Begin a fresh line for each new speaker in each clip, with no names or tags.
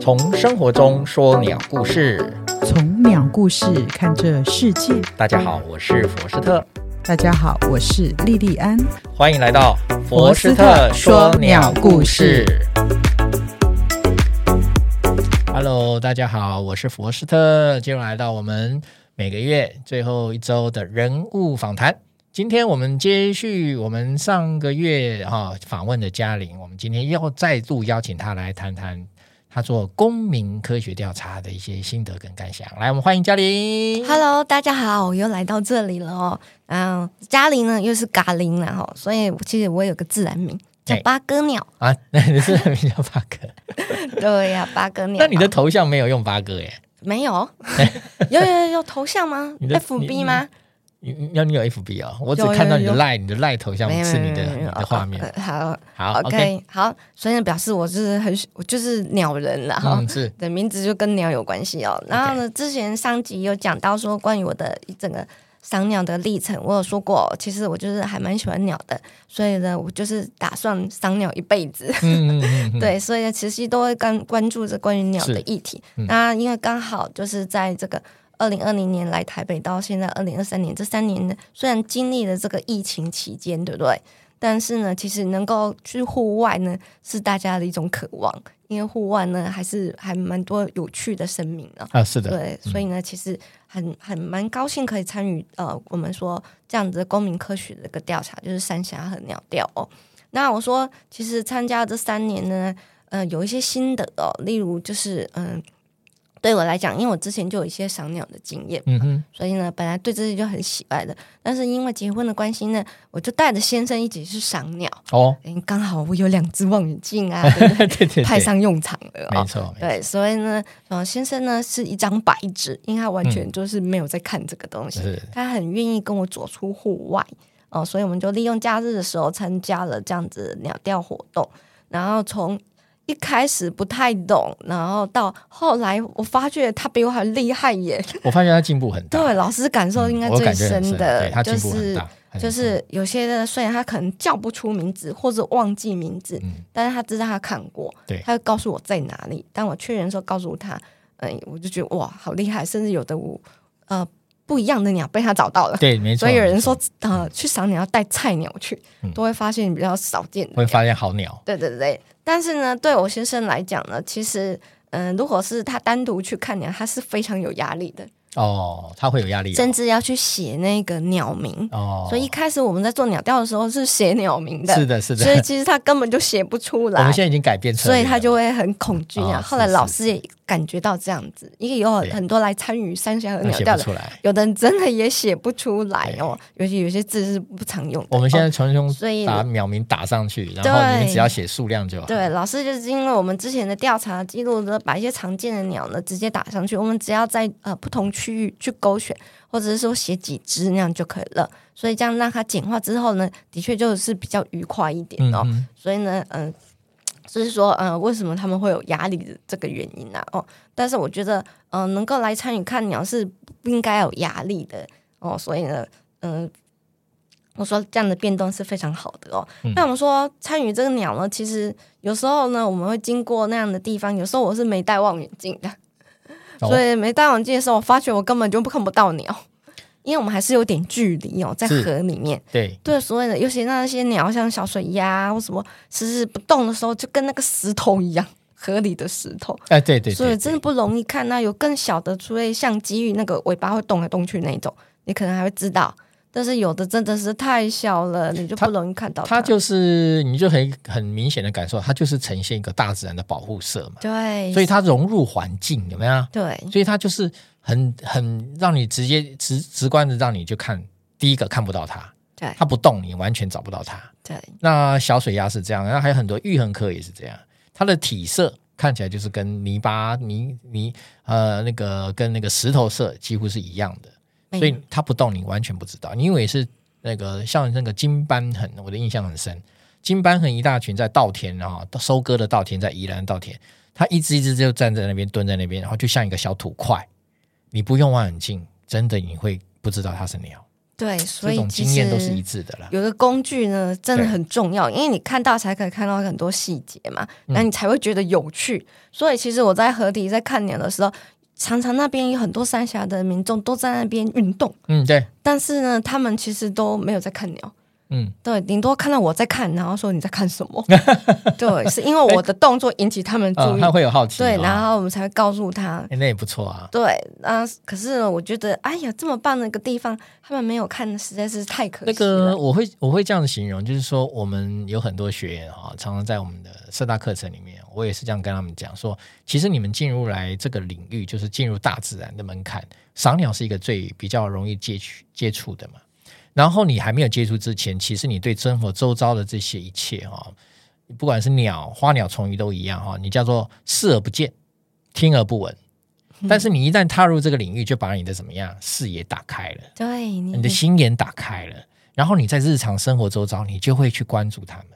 从生活中说鸟故事。
从鸟故事看这世界。
大家好，我是佛斯特，
大家好，我是莉莉安。
欢迎来到
佛斯特说鸟故事。
Hello，大家好，我是佛斯特，今天来到我们每个月最后一周的人物访谈。今天我们接续我们上个月哈、访问的嘉玲，我们今天又再度邀请她来谈谈她做公民科学调查的一些心得跟感想。来，我们欢迎嘉玲。
Hello，大家好，我又来到这里了哦。嗯，嘉玲呢又是嘎玲啦哈，所以其实我有个自然名叫
哎
八哥鸟。
啊， 那你是名叫八哥，
对呀、八哥鸟。
那你的头像没有用八哥耶？
没有？有有有有头像吗
你的你
？FB 吗？
你你要你有 FB 哦，我只
有有
看到你的
有
line，你的 line 头像
没有
是你
没
的
有没有
你
没有
的画面。
呃好
好，OK，
，OK，好，所以呢表示我是很我就是鸟人了哈。
嗯是，
的名字就跟鸟有关系哦。然后呢，之前上集有讲到说关于我的一整个赏鸟的历程，我有说过，其实我就是还蛮喜欢鸟的，所以呢，我就是打算赏鸟一辈子。
嗯嗯嗯嗯，
对，所以呢，其实都会关关注这关于鸟的
是
议题。
嗯
那因为刚好就是在这个二零二零年来台北到现在二零二三年这三年呢，虽然经历了这个疫情期间，对不对？但是呢，其实能够去户外呢，是大家的一种渴望，因为户外呢还是还蛮多有趣的生命呢、
啊，是的，
对，所以呢，其实很很蛮高兴可以参与呃，我们说这样子的公民科学的一个调查，就是三峡和鸟调哦。那我说，其实参加这三年呢，呃，有一些心得哦，例如就是嗯、对我来讲，因为我之前就有一些赏鸟的经验，
嗯哼，
所以呢，本来对这些就很喜爱的，但是因为结婚的关系呢，我就带着先生一起去赏鸟，
哦，
诶刚好我有两只望远 镜啊，对不对
对对对，
派上用场了哦
没。错，没错，
对，所以呢，呃，先生呢是一张白纸，因为他完全就是没有在看这个东西，
嗯是
他很愿意跟我走出户外哦、所以我们就利用假日的时候参加了这样子鸟调活动，然后从。一开始不太懂，然后到后来我发觉他比我还厉害耶！
我发现他进步很大，
对，老师感受
嗯
应该
我
最
感觉很
深的
对他
就
进步很
是
大，很
就是有些人虽然他可能叫不出名字或者忘记名字，
嗯
但是他知道他看过，
对
他会告诉我在哪里。当我确认的时候，告诉他，哎、我就觉得哇，好厉害！甚至有的我呃不一样的鸟被他找到了。
对，没错。
所以有人
没错
说，呃，去赏鸟要带菜鸟去，
嗯
都会发现比较少见的
会
鸟。
发现好鸟，
对对对，但是呢，对我先生来讲呢，其实，嗯、如果是他单独去看鸟，他是非常有压力的，
哦，他会有压力哦，
甚至要去写那个鸟名。
哦，
所以一开始我们在做鸟调的时候是写鸟名的，
是的，是
所以
的，
其实他根本就写不出
我
来
们。现在已经改变策
所
略了，
以他就会很恐惧啊。
哦
后来
是
老
是
师也感觉到这样子，因为有
对
很多来参与三峡和
那
鸟
写
调
不
的，
出来。
有的人真的也写不出来哦，尤其有些字是不常用的。
我们现
哦
在从用
所以
把秒名打上去，然后你们
对
只要写数量就好。
对，老师就是因为我们之前的调查记录呢，把一些常见的鸟呢直接打上去，我们只要在呃不同区域去勾选，或者是说写几只那样就可以了。所以这样让它简化之后呢，的确就是比较愉快一点
嗯，
哦。
嗯
所以呢，嗯、就是说，嗯、为什么他们会有压力的这个原因啊？哦，但是我觉得，嗯、能够来参与看鸟是不应该有压力的哦，所以呢，嗯、我说这样的变动是非常好的哦。
嗯
那我们说参与这个鸟呢，其实有时候呢，我们会经过那样的地方，有时候我是没带望远镜的，
哦
所以没戴望远镜的时候，我发觉我根本就看不到鸟，因为我们还是有点距离哦，在
是
河里面。
对，
对，所谓的，尤其那些鸟，像小水鸭啊或什么，迟迟不动的时候，就跟那个石头一样，河里的石头，
哎，对对，
所以
对
真的
对
不容易看到。有更小的，除非像鲫鱼那个尾巴会动来动去那种，你可能还会知道。但是有的真的是太小了，你就
它
不容易看到
它就是你就很很明显的感受，它就是呈现一个大自然的保护色嘛，
对，
所以它融入环境有没有？
对
所以它就是很很让你直接直直观的让你就看第一个看不到它，
对
它不动你完全找不到它。
对
那小水鸭是这样，然后还有很多玉衡科也是这样，它的体色看起来就是跟泥巴泥泥呃那个跟那个石头色几乎是一样的，
没
所以
有
它不动你完全不知道。你以为是那个像那个金斑痕，我的印象很深，金斑痕一大群在稻田啊，收割的稻田在宜兰稻田，它一只一只就站在那边蹲在那边，然后就像一个小土块，你不用望远镜，真的你会不知道它是鸟。
对，所以
这种
其
经验都是
实
一致的啦。
有一个工具呢，真的
对
很重要，因为你看到才可以看到很多细节嘛，
嗯
那你才会觉得有趣。所以其实我在河堤在看鸟的时候，常常那边有很多三峡的民众都在那边运动，
嗯，对，
但是呢，他们其实都没有在看鸟。
嗯，
对，顶多看到我在看，然后说你在看什 么？对，是因为我的动作引起他们注
呃，
意，
他会有好奇哦，
对，然后我们才会告诉他。
哎那也不错啊。
对，啊，可是呢我觉得，哎呀，这么棒的一个地方，他们没有看，实在是太可惜
那
了。
个我会我会这样形容，就是说我们有很多学员哈、常常在我们的社大课程里面，我也是这样跟他们讲说，其实你们进入来这个领域，就是进入大自然的门槛，赏鸟是一个最比较容易接触接触的嘛。然后你还没有接触之前，其实你对生活周遭的这些一切哈、不管是鸟、花鸟、虫鱼都一样哈、你叫做视而不见，听而不闻。
嗯
但是你一旦踏入这个领域，就把你的怎么样视野打开了。
对你
你的心眼打开了，然后你在日常生活周遭，你就会去关注他们。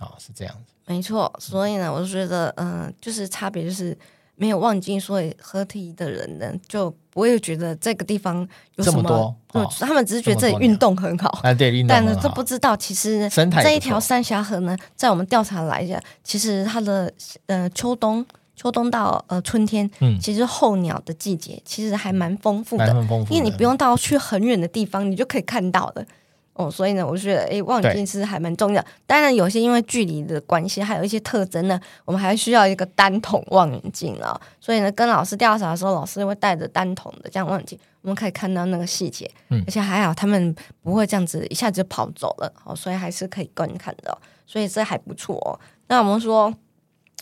哦，是这样子。
没错，所以呢，我就觉得，嗯、就是差别就是没有忘记，所以合体的人呢，就不会觉得这个地方有什
这么多
对
哦
他们只是觉得这
这么多
里
鸟
运动很好，
啊，对，运动
哦但
很
呢，
好
这不知道其实
生态也不错
这一条三峡河呢，在我们调查来讲，其实它的呃秋冬。秋冬到呃春天，
嗯
其实候鸟的季节其实还蛮丰富的
蛮，丰富的，
因为你不用到去很远的地方，你就可以看到的。哦，所以呢，我就觉得，诶，望远镜是还蛮重要。当然，有些因为距离的关系，还有一些特征呢，我们还需要一个单筒望远镜了。所以呢，跟老师调查的时候，老师会带着单筒的这样望远镜，我们可以看到那个细节。
嗯
而且还好他们不会这样子一下子就跑走了，哦，所以还是可以观看的哦、所以这还不错哦。那我们说，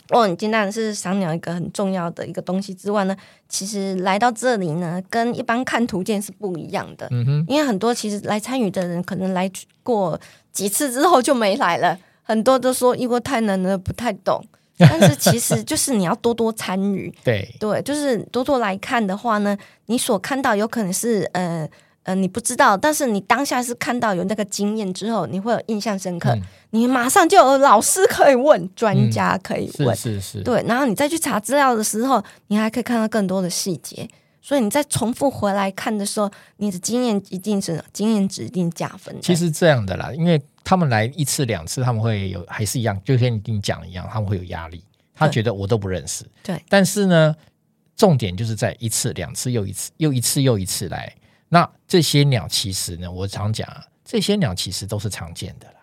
望远镜当然是赏鸟一个很重要的一个东西之外呢，其实来到这里呢，跟一般看图鉴是不一样的。
嗯哼，
因为很多其实来参与的人，可能来过几次之后就没来了，很多都说因为太难了，不太 懂。但是其实就是你要多多参与，
对，
对，就是多多来看的话呢，你所看到有可能是呃呃你不知道，但是你当下是看到有那个经验之后，你会有印象深刻，
嗯
你马上就有老师可以问，专家可以问，
是是是，
对，然后你再去查资料的时候，你还可以看到更多的细节。所以你再重复回来看的时候，你的经验一定是经验值一定加分的。
其实这样的啦，因为他们来一次两次，他们会有还是一样，就像你跟你讲一样，他们会有压力，他
对
觉得我都不认识。
对，
但是呢，重点就是在一次、两次又一次，又一次又一次来。那这些鸟其实呢，我常讲啊，这些鸟其实都是常见的啦，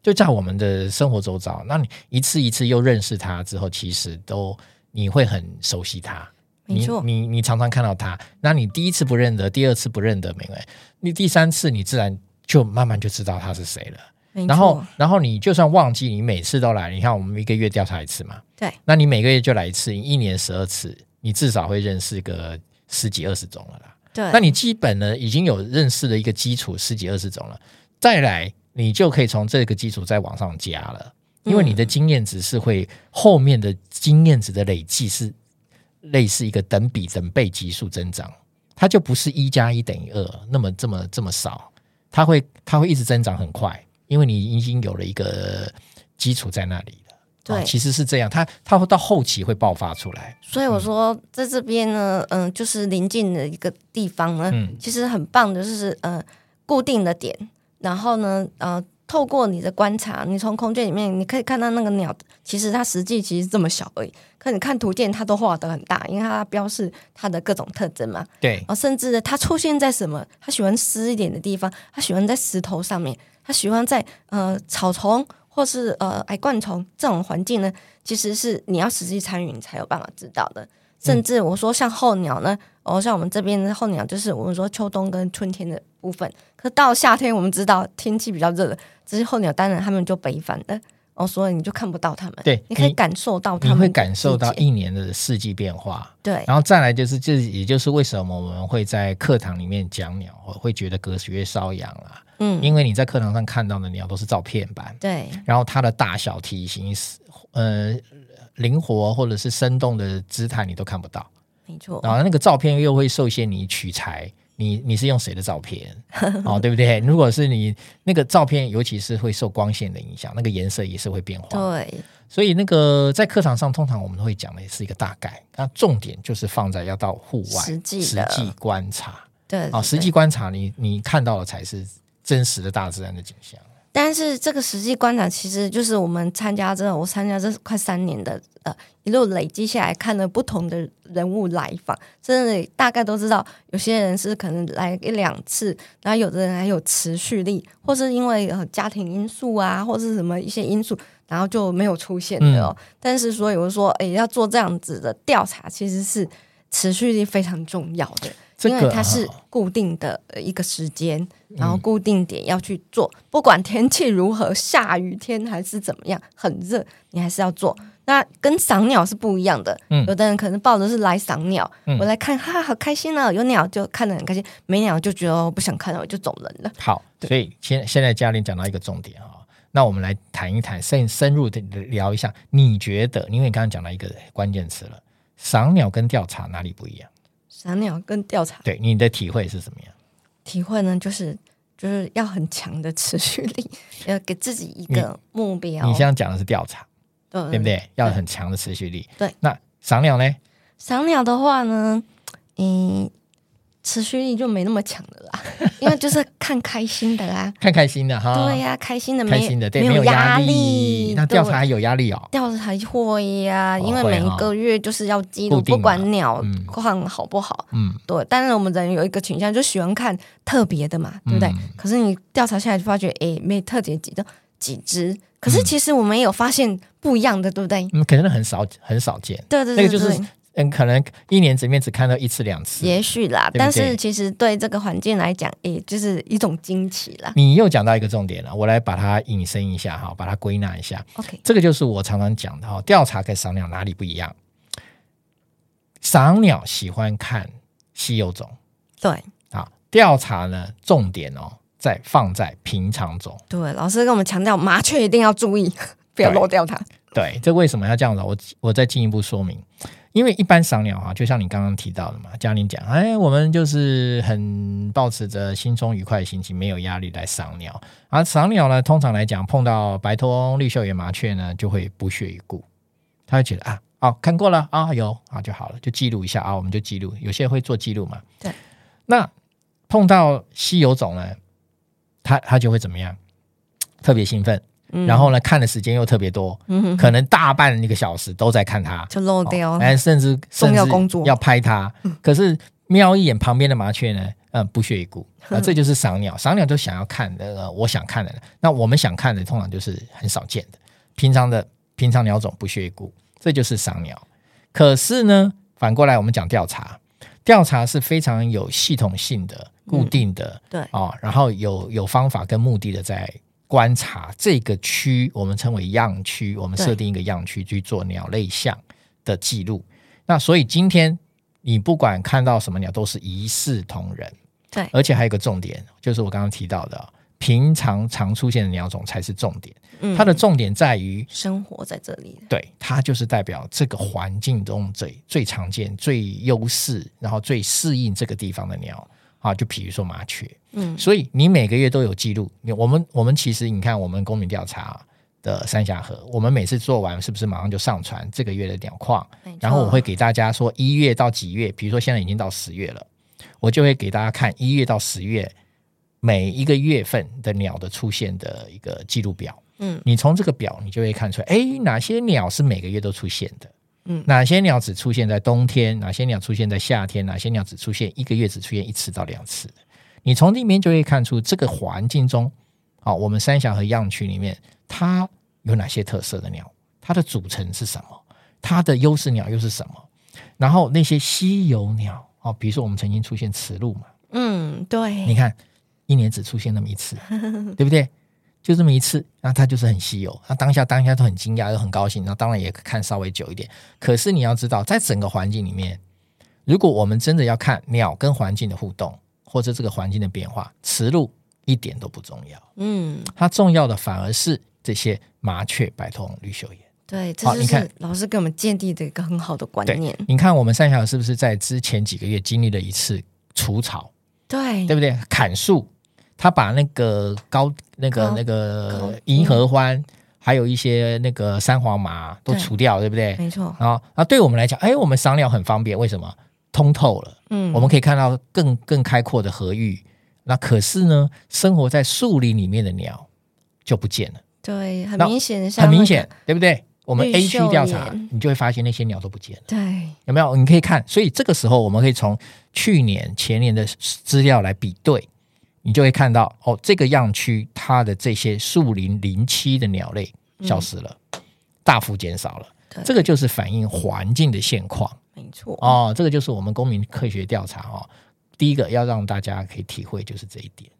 就在我们的生活周遭。那你一次一次又认识它之后，其实都你会很熟悉它。
没
你
错，
你你常常看到它，那你第一次不认得，第二次不认得没关系，你第三次你自然就慢慢就知道它是谁了。
没
然后
错，，
然后你就算忘记，你每次都来，你看我们一个月调查一次嘛，
对，
那你每个月就来一次，你一年十二次，你至少会认识个十几二十种了啦。
对
那，你基本呢已经有认识的一个基础，十几二十种了，再来你就可以从这个基础再往上加了，因为你的经验值是会后面的经验值的累计是类似一个等比等倍级数增长，它就不是一加一等于二那么这么这么少，它会它会一直增长很快，因为你已经有了一个基础在那里了。
对哦
哦其实是这样，它它会到后期会爆发出来。
所以我说在这边呢，嗯、就是临近的一个地方呢，
嗯
其实很棒的，就是呃固定的点，然后呢，呃，透过你的观察，你从空间里面你可以看到那个鸟，其实它实际其实这么小而已，可你看图鉴它都画的很大，因为它标示它的各种特征嘛。
对
哦，甚至呢，它出现在什么？它喜欢湿一点的地方，它喜欢在石头上面，它喜欢在呃草丛或是呃矮灌丛这种环境呢，其实是你要实际参与，你才有办法知道的。
嗯
甚至我说像候鸟呢，哦，像我们这边的候鸟，就是我们说秋冬跟春天的部分。可到夏天，我们知道天气比较热了，这些候鸟当然它们就北返了，哦，所以你就看不到它们。
对
你可以
你
感受到它
你
们，
会感受到一年的四季变化。
对
然后再来就是，这也就是为什么我们会在课堂里面讲鸟，我会觉得隔靴搔痒啦、
嗯，
因为你在课堂上看到的鸟都是照片版，
对
然后它的大小、体型、呃灵活或者是生动的姿态你都看不到，
没错，
然后那个照片又会受限你取材。你你是用谁的照片哦，对不对？如果是你那个照片，尤其是会受光线的影响，那个颜色也是会变化。
对
所以那个在课堂上，通常我们会讲的是一个大概，那重点就是放在要到户外
实际的
际观察。
对
哦，实
对
际观察你你看到的才是真实的大自然的景象。
但是这个实际观察，其实就是我们参加这我参加这快三年的呃，一路累积下来，看了不同的人物来访，真的大概都知道，有些人是可能来一两次，然后有的人还有持续力，或是因为呃家庭因素啊，或是什么一些因素，然后就没有出现的哦。但是所以我说，哎诶，要做这样子的调查，其实是持续力非常重要的。
这
因为
个啊嗯
它是
哈
固定的呃一个时间，然后固定点要去做，不管天气如何，下雨天还是怎么样，很热，你还是要做。那跟赏鸟是不一样的，
嗯
有的人可能抱着是来赏鸟，
嗯
我来看，哈，好开心啊，有鸟就看得很开心，没鸟就觉得哦不想看了，我就走人了。
好，所以现现在嘉玲讲到一个重点啊、那我们来谈一谈，深深入的聊一下，你觉得，因为你刚刚讲到一个关键词了，赏鸟跟调查哪里不一样？
赏鸟跟调查
对，你的体会是怎么样？
体会呢，就是就是要很强的持续力， 要给自己一个目标，
你现在讲的是调查，
嗯对
对不对？要很强的持续力。
对，
那赏鸟呢？
赏鸟的话呢，嗯，持续力就没那么强 了啦，因为就是看开心的啦。
看开心的哈，
对呀、开心的没
啊开心的，对，
没
有
压
力。那调查
对
还有压力哦。
调查还会呀、
哦
因为每一个月就是要记录，
会哈
不管鸟
固定的嗯
况好不好。
嗯，
对，但是我们人有一个倾向，就喜欢看特别的嘛，对不对？
嗯
可是你调查下来就发觉，诶，没特别几的几只，可是
嗯
其实我们也有发现不一样的，对不对？
嗯，可能很少很少见。
对对对
那
对
个就是
对
嗯，可能一年里面只看到一次两次。
也许啦，
对不
但
对
是其实对这个环境来讲，也就是一种惊奇啦。
你又讲到一个重点了，我来把它引申一下哈，把它归纳一下。
OK，
这个就是我常常讲的哈，调查跟赏鸟哪里不一样？赏鸟喜欢看稀有种
对
啊，调查呢重点哦在放在平常种。
对，老师跟我们强调，麻雀一定要注意， 不要漏掉它。
对，这为什么要这样子？我我再进一步说明，因为一般赏鸟啊，就像你刚刚提到的嘛，嘉玲讲，哎，我们就是很保持着轻松愉快的心情，没有压力来赏鸟。而赏鸟呢，通常来讲，碰到白头翁、绿袖眼麻雀呢，就会不屑一顾，他会觉得啊，哦，看过了啊，有啊就好了，就记录一下啊，我们就记录。有些人会做记录嘛，
对。
那碰到稀有种呢，他他就会怎么样？特别兴奋，
嗯
然后呢，看的时间又特别多，
嗯哼，
可能大半一个小时都在看它，
就漏
哦
掉。
哎，甚至甚
重要
至
工作嗯
要拍它。可是瞄一眼旁边的麻雀呢，呃，不屑一顾 啊、这就是赏鸟。赏鸟就想要看那个、我想看的，那我们想看的通常就是很少见的，平常的平常鸟种不屑一顾，这就是赏鸟。可是呢，反过来我们讲调查，调查是非常有系统性的、固定的，
嗯对
哦，然后有有方法跟目的的在观察这个区，我们称为样区，我们
对
设定一个样区去做鸟类项的记录。那所以今天你不管看到什么鸟，都是一视同仁。
对
而且还有一个重点，就是我刚刚提到的哦，平常常出现的鸟种才是重点。
嗯
它的重点在于
生活在这里，
对，它就是代表这个环境中最最常见、最优势，然后最适应这个地方的鸟啊，就比如说麻雀。
嗯
所以你每个月都有记录。你我们我们其实你看，我们公民调查的三峡河，我们每次做完是不是马上就上传这个月的鸟况？
没错
然后我会给大家说一月到几月，比如说现在已经到十月了，我就会给大家看一月到十月每一个月份的鸟的出现的一个记录表。
嗯
你从这个表你就会看出来，哎，哪些鸟是每个月都出现的。
嗯
哪些鸟只出现在冬天？哪些鸟出现在夏天？哪些鸟只出现一个月只出现一次到两次？你从里面就会看出这个环境中，啊、我们三峡和样区里面，它有哪些特色的鸟？它的组成是什么？它的优势鸟又是什么？然后那些稀有鸟啊、哦，比如说我们曾经出现雌鹭嘛，
嗯，
你
对，
看一年只出现那么一次，对不对？就这么一次，那它就是很稀有。那当下当下都很惊讶，都很高兴。那当然也看稍微久一点。可是你要知道，在整个环境里面，如果我们真的要看鸟跟环境的互动，或者这个环境的变化，雌鹭一点都不重要。
嗯
它重要的反而是这些麻雀、白头翁、绿袖眼。
对，这
好
就
你看
是老师给我们建立的一个很好的观
对
念。，
你看我们三峡是不是在之前几个月经历了一次除草？
对
对不对？砍树，他把那个高那个
高
那
高嗯
个银合欢，还有一些那个三黄麻都
对
除掉，对不对？
没错，
啊啊，对我们来讲，哎，我们赏鸟很方便，为什么？通透了，
嗯，
我们可以看到更更开阔的河域。那可是呢，生活在树林里面的鸟就不见了，
对很
那
明显的像
很
那
明
个
显，对不对？我们
绿
A 区
袖
调查
眼，
你就会发现那些鸟都不见了。
对，
有没有？你可以看，所以这个时候我们可以从去年、前年的资料来比对，你就会看到哦，这个样区它的这些树林林栖的鸟类消失了，大幅减少了。
对嗯
这个就是反映环境的现况
没错，
哦，这个就是我们公民科学调查哦。第一个要让大家可以体会就是这一点，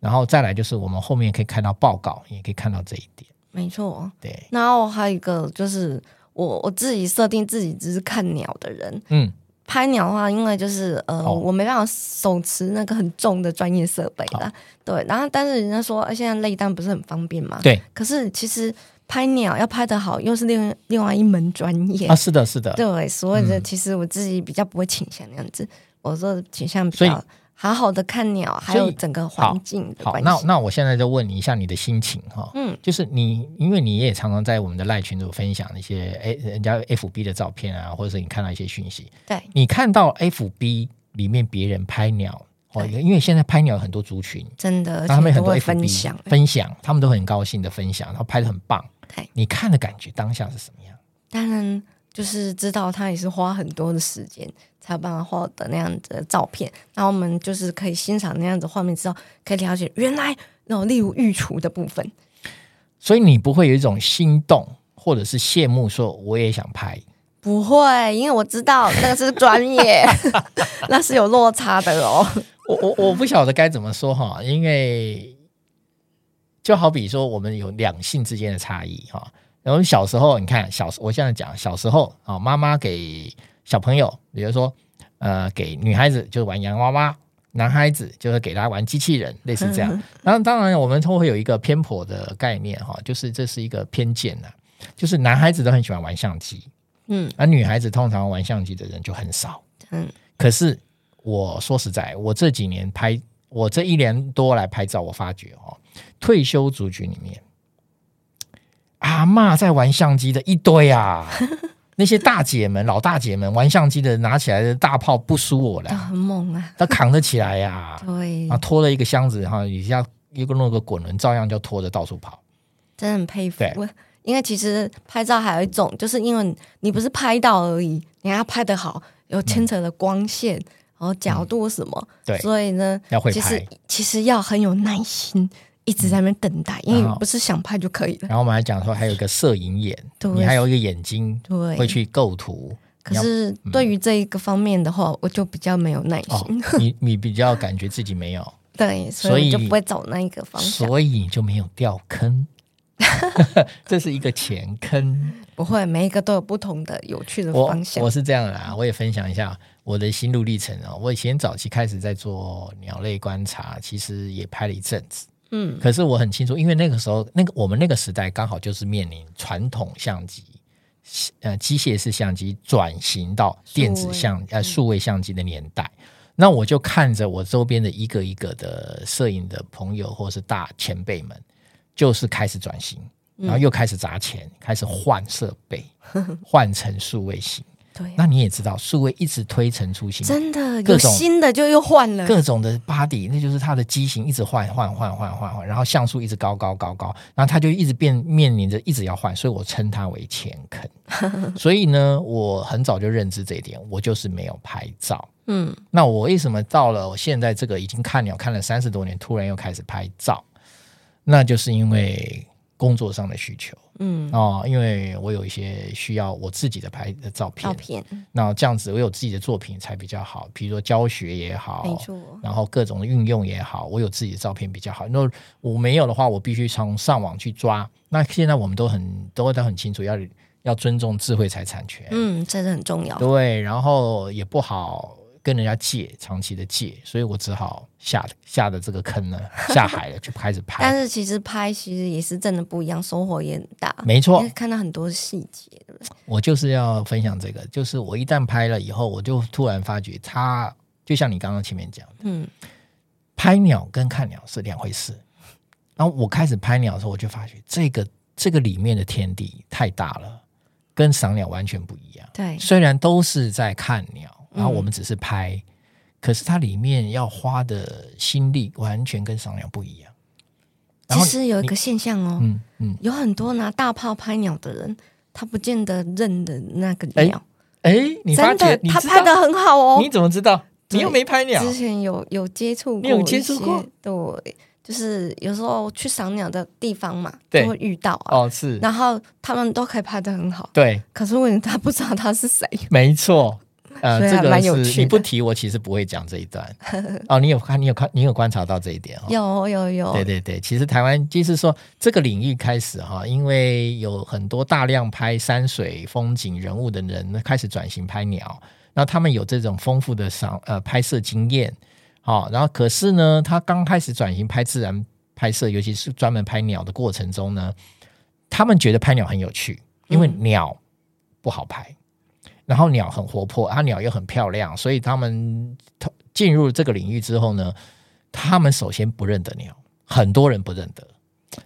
然后再来就是我们后面可以看到报告，也可以看到这一点。
没错。
对，
然后还有一个就是我我自己设定自己只是看鸟的人，
嗯，
拍鸟的话，因为就是呃，
哦
我没办法手持那个很重的专业设备啦。对，然后但是人家说，呃现在类单不是很方便嘛？。
对
可是其实拍鸟要拍得好，又是另另外一门专业。
啊，是的，是的，
对，所以这
嗯
其实我自己比较不会倾向那样子，我说倾向比
所以
较好好的看鸟，还
所
有
以
整个
好
环境的
好，
关
那
系。
那我现在就问你一下你的心情哈、
嗯，
就是你，因为你也常常在我们的赖群组分享一些诶人家 FB 的照片啊，或者是你看到一些讯息，
对，
你看到 FB 里面别人拍鸟哦，
对
因为现在拍鸟有很多族群，
真的，而
那他们
且
很
都
多
会
FB
分享。
分享，他们都很高兴的分享，然后拍的很棒
对。
你看的感觉当下是什么样？
当然就是知道他也是花很多的时间才有办法获得那样子的照片，那我们就是可以欣赏那样子画面之后，可以了解原来那种例如御厨的部分，
所以你不会有一种心动或者是羡慕，说我也想拍。
不会，因为我知道那个是专业， 那是有落差的哦。
我我我不晓得该怎么说哈，因为就好比说我们有两性之间的差异哈。然后小时候，你看小时，我现在讲小时候啊，妈妈给小朋友，比如说呃，给女孩子就是玩洋娃娃，男孩子就是给他玩机器人，类似这样。然后当然我们都会有一个偏颇的概念哈，就是这是一个偏见呐、就是男孩子都很喜欢玩相机，
嗯
而女孩子通常玩相机的人就很少。
嗯，
可是我说实在，我这几年拍，我这一年多来拍照，我发觉哦，退休族群里面，阿嬷在玩相机的一堆 啊，那些大姐们、老大姐们玩相机的，拿起来的大炮不输我
都
啦，
很猛啊，
她扛得起来呀、
对
啊，，拖了一个箱子哈，底下一个弄个滚轮，照样就拖着到处跑。
真的很佩服
对。
因为其实拍照还有一种，就是因为你不是拍到而已，你还要拍得好，有牵扯的光线，然后角度什么，
嗯对，
所以呢，
要会
其实
拍。
其实要很有耐心，一直在那边等待，因为
然后
你不是想拍就可以了。
然后我们还讲说，还有一个摄影眼，
对
哎你还有一个眼睛会
对，
去构图。
可是对于这一个方面的话，我就比较没有耐
哦
心，，
你你比较感觉自己没有，
对，
所
所
以
以我就不会走那一个方向，
所以你就没有掉 坑， 这是一个前坑。
不会，每一个都有不同的有趣的
我
方向
我。是这样的啦，我也分享一下我的心路历程哦。我以前早期开始在做鸟类观察，其实也拍了一阵子，
嗯，
可是我很清楚，因为那个时候那个我们那个时代刚好就是面临传统相机。呃，机械式相机转型到电子相呃数位相机的年代，那我就看着我周边的一个一个的摄影的朋友或是大前辈们，就是开始转型，然后又开始砸钱，开始换设 备，换成数位型。
对，啊
那你也知道，数位一直推陈出新，
真的
各
有
种
新的就又换了，
各种的 body，那就是它的机型一直换换换换换换，然后像素一直高高高高，然后它就一直变面临着一直要换，所以我称它为前坑。 所以呢，我很早就认知这一点，我就是没有拍照。
嗯，
那我为什么到了我现在这个已经看鸟看了三十多年，突然又开始拍照？那就是因为工作上的需求，
嗯，
哦，因为我有一些需要我自己的拍的照片
照，片，
那这样子我有自己的作品才比较好，比如说教学也好，
没错，
然后各种的运用也好，我有自己的照片比较好。那我没有的话，我必须从上网去抓。那现在我们都很都都很清楚，要要尊重智慧财产权，
嗯，这是很重要，
对，然后也不好跟人家借长期的借，所以我只好下下的这个坑呢，下海了就 开始
但
拍。
是其实拍其实也是真的不一样，收获也很大，
没错
因为，看到很多细节，
我就是要分享这个，就是我一旦拍了以后，我就突然发觉它就像你刚刚前面讲的。
嗯，
拍鸟跟看鸟是两回事。然后我开始拍鸟的时候，我就发觉这个这个里面的天地太大了，跟赏鸟完全不一样。
对，
虽然都是在看鸟，
嗯
然后我们只是拍，可是它里面要花的心力完全跟赏鸟不一样。然后
其实有一
你
个现象哦，
嗯嗯，
有很多拿大炮拍鸟的人，他不见得认得那个
哎
鸟，
哎，你发
真
觉
的
你
他
知
拍
道
的很好哦
你。怎么知道？你又
对
没拍鸟，
之前有有接触过
你
一些，
有接触过
对，就是有时候去赏鸟的地方嘛，
对
都会遇到啊，
哦，是，
然后他们都可以拍的很好，
对，
可是问题他不知道他是谁，
没错。呃，
所以
这
还
个
蛮有
是
趣
你
的
不提，我其实不会讲这一段。哦，你有看，你有看，你有观察到这一点哦。
有有有，
对对对，其实台湾就是说这个领域开始哈，因为有很多大量拍山水风景人物的人开始转型拍鸟，那他们有这种丰富的赏呃拍摄经验，好、然后可是呢，他刚开始转型拍自然拍摄，尤其是专门拍鸟的过程中呢，他们觉得拍鸟很有趣，因为鸟不好拍。然后鸟很活泼，啊，鸟又很漂亮，所以他们投进入这个领域之后呢，他们首先不认得鸟，很多人不认得，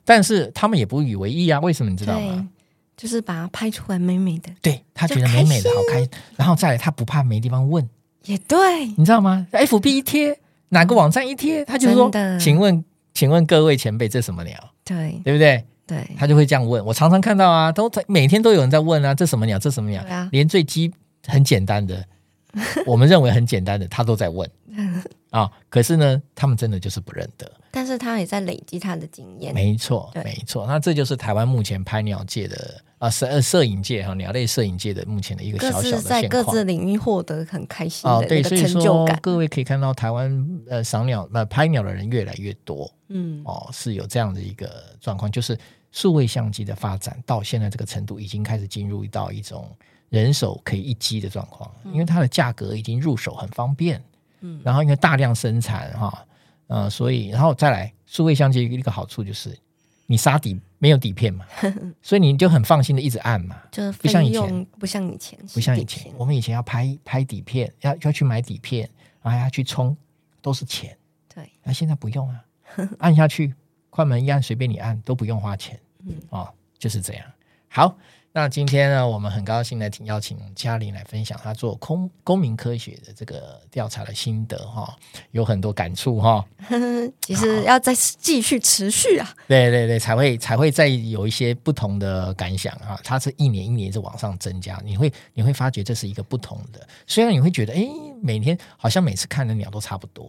但是他们也不以为意啊。为什么你知道
对
吗？，
就是把它拍出来美美的，
对他觉得美美的好开，然后再来他不怕没地方问，
也对，
你知道吗？FB 一贴，哪个网站一贴，他就说
真：“的
请问，请问各位前辈，这什么鸟？
对
对不对？”
对，
他就会这样问。我常常看到啊，都每天都有人在问啊，这什么鸟？这什么鸟？
对啊
连最基很简单的，我们认为很简单的，他都在 问啊、可是呢，他们真的就是不认得。
但是他也在累积他的经验，
没错，
对
没错。那这就是台湾目前拍鸟界的啊，摄、呃、摄影界哈，鸟类摄影界的目前的一个
各
小小
自
的
在
现
各
况。
自领域获得很开心
哦，
的
对，
那
所
个
以
成就
说
感，
各位可以看到，台湾呃赏鸟呃拍鸟的人越来越多
嗯，
哦，是有这样的一个状况，就是数位相机的发展到现在这个程度，已经开始进入到一种人手可以一机的状况，因为它的价格已经入手很方便，
嗯，
然后因为大量生产哈，呃，所以然后再来数位相机一个好处就是你杀底没有底片 嘛，所以你就很放心的一直按嘛，
就是
不像以
费
前
用不像以前，
不像
是
以
比
前，我们以前要拍拍底片，要要去买底片，然后还要去冲，都是钱。
对，
那现在不用 啊，按下去，快门一按，随便你按，都不用花钱。
嗯，
哦，就是这样。好，那今天呢，我们很高兴来请邀请嘉玲来分享她做公公民科学的这个调查的心得哈、有很多感触哦哈、
嗯其实要再继续持续啊，
对对对，才会才会再有一些不同的感想啊！它是一年一年是往上增加，你会你会发觉这是一个不同的。虽然你会觉得，哎，每天好像每次看的鸟都差不多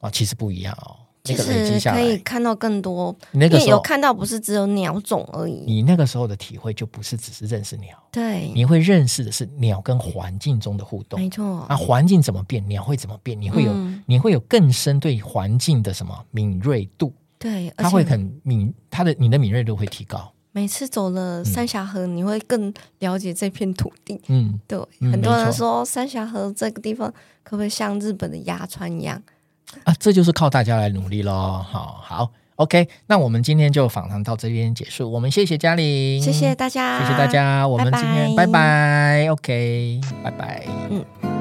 啊、其实不一样哦。那
其
个累积
实
下
可以
来，
看到更多，
那个
因为
时
有
候
看到不是只有鸟种而已，
你那个时候的体会就不是只是认识鸟，
对，
你会认识的是鸟跟环境中的互动
没错，
啊，环境怎么变，鸟会怎么变，你会有、
哎嗯
你会有更深对环境的什么敏锐度，
对，而
它会
且
很敏，它的你的敏锐度会提高。
每次走了三峡河，你会更了解这片土地。
嗯，
对，
嗯
很多
没错
人说三峡河这个地方可不可以像日本的鸭川一样？
啊，这就是靠大家来努力喽。好好，OK，那我们今天就访谈到这边结束。我们谢谢嘉玲，
谢谢大家，
谢谢大家，我们今天拜
拜
拜，OK，拜拜。
嗯，拜。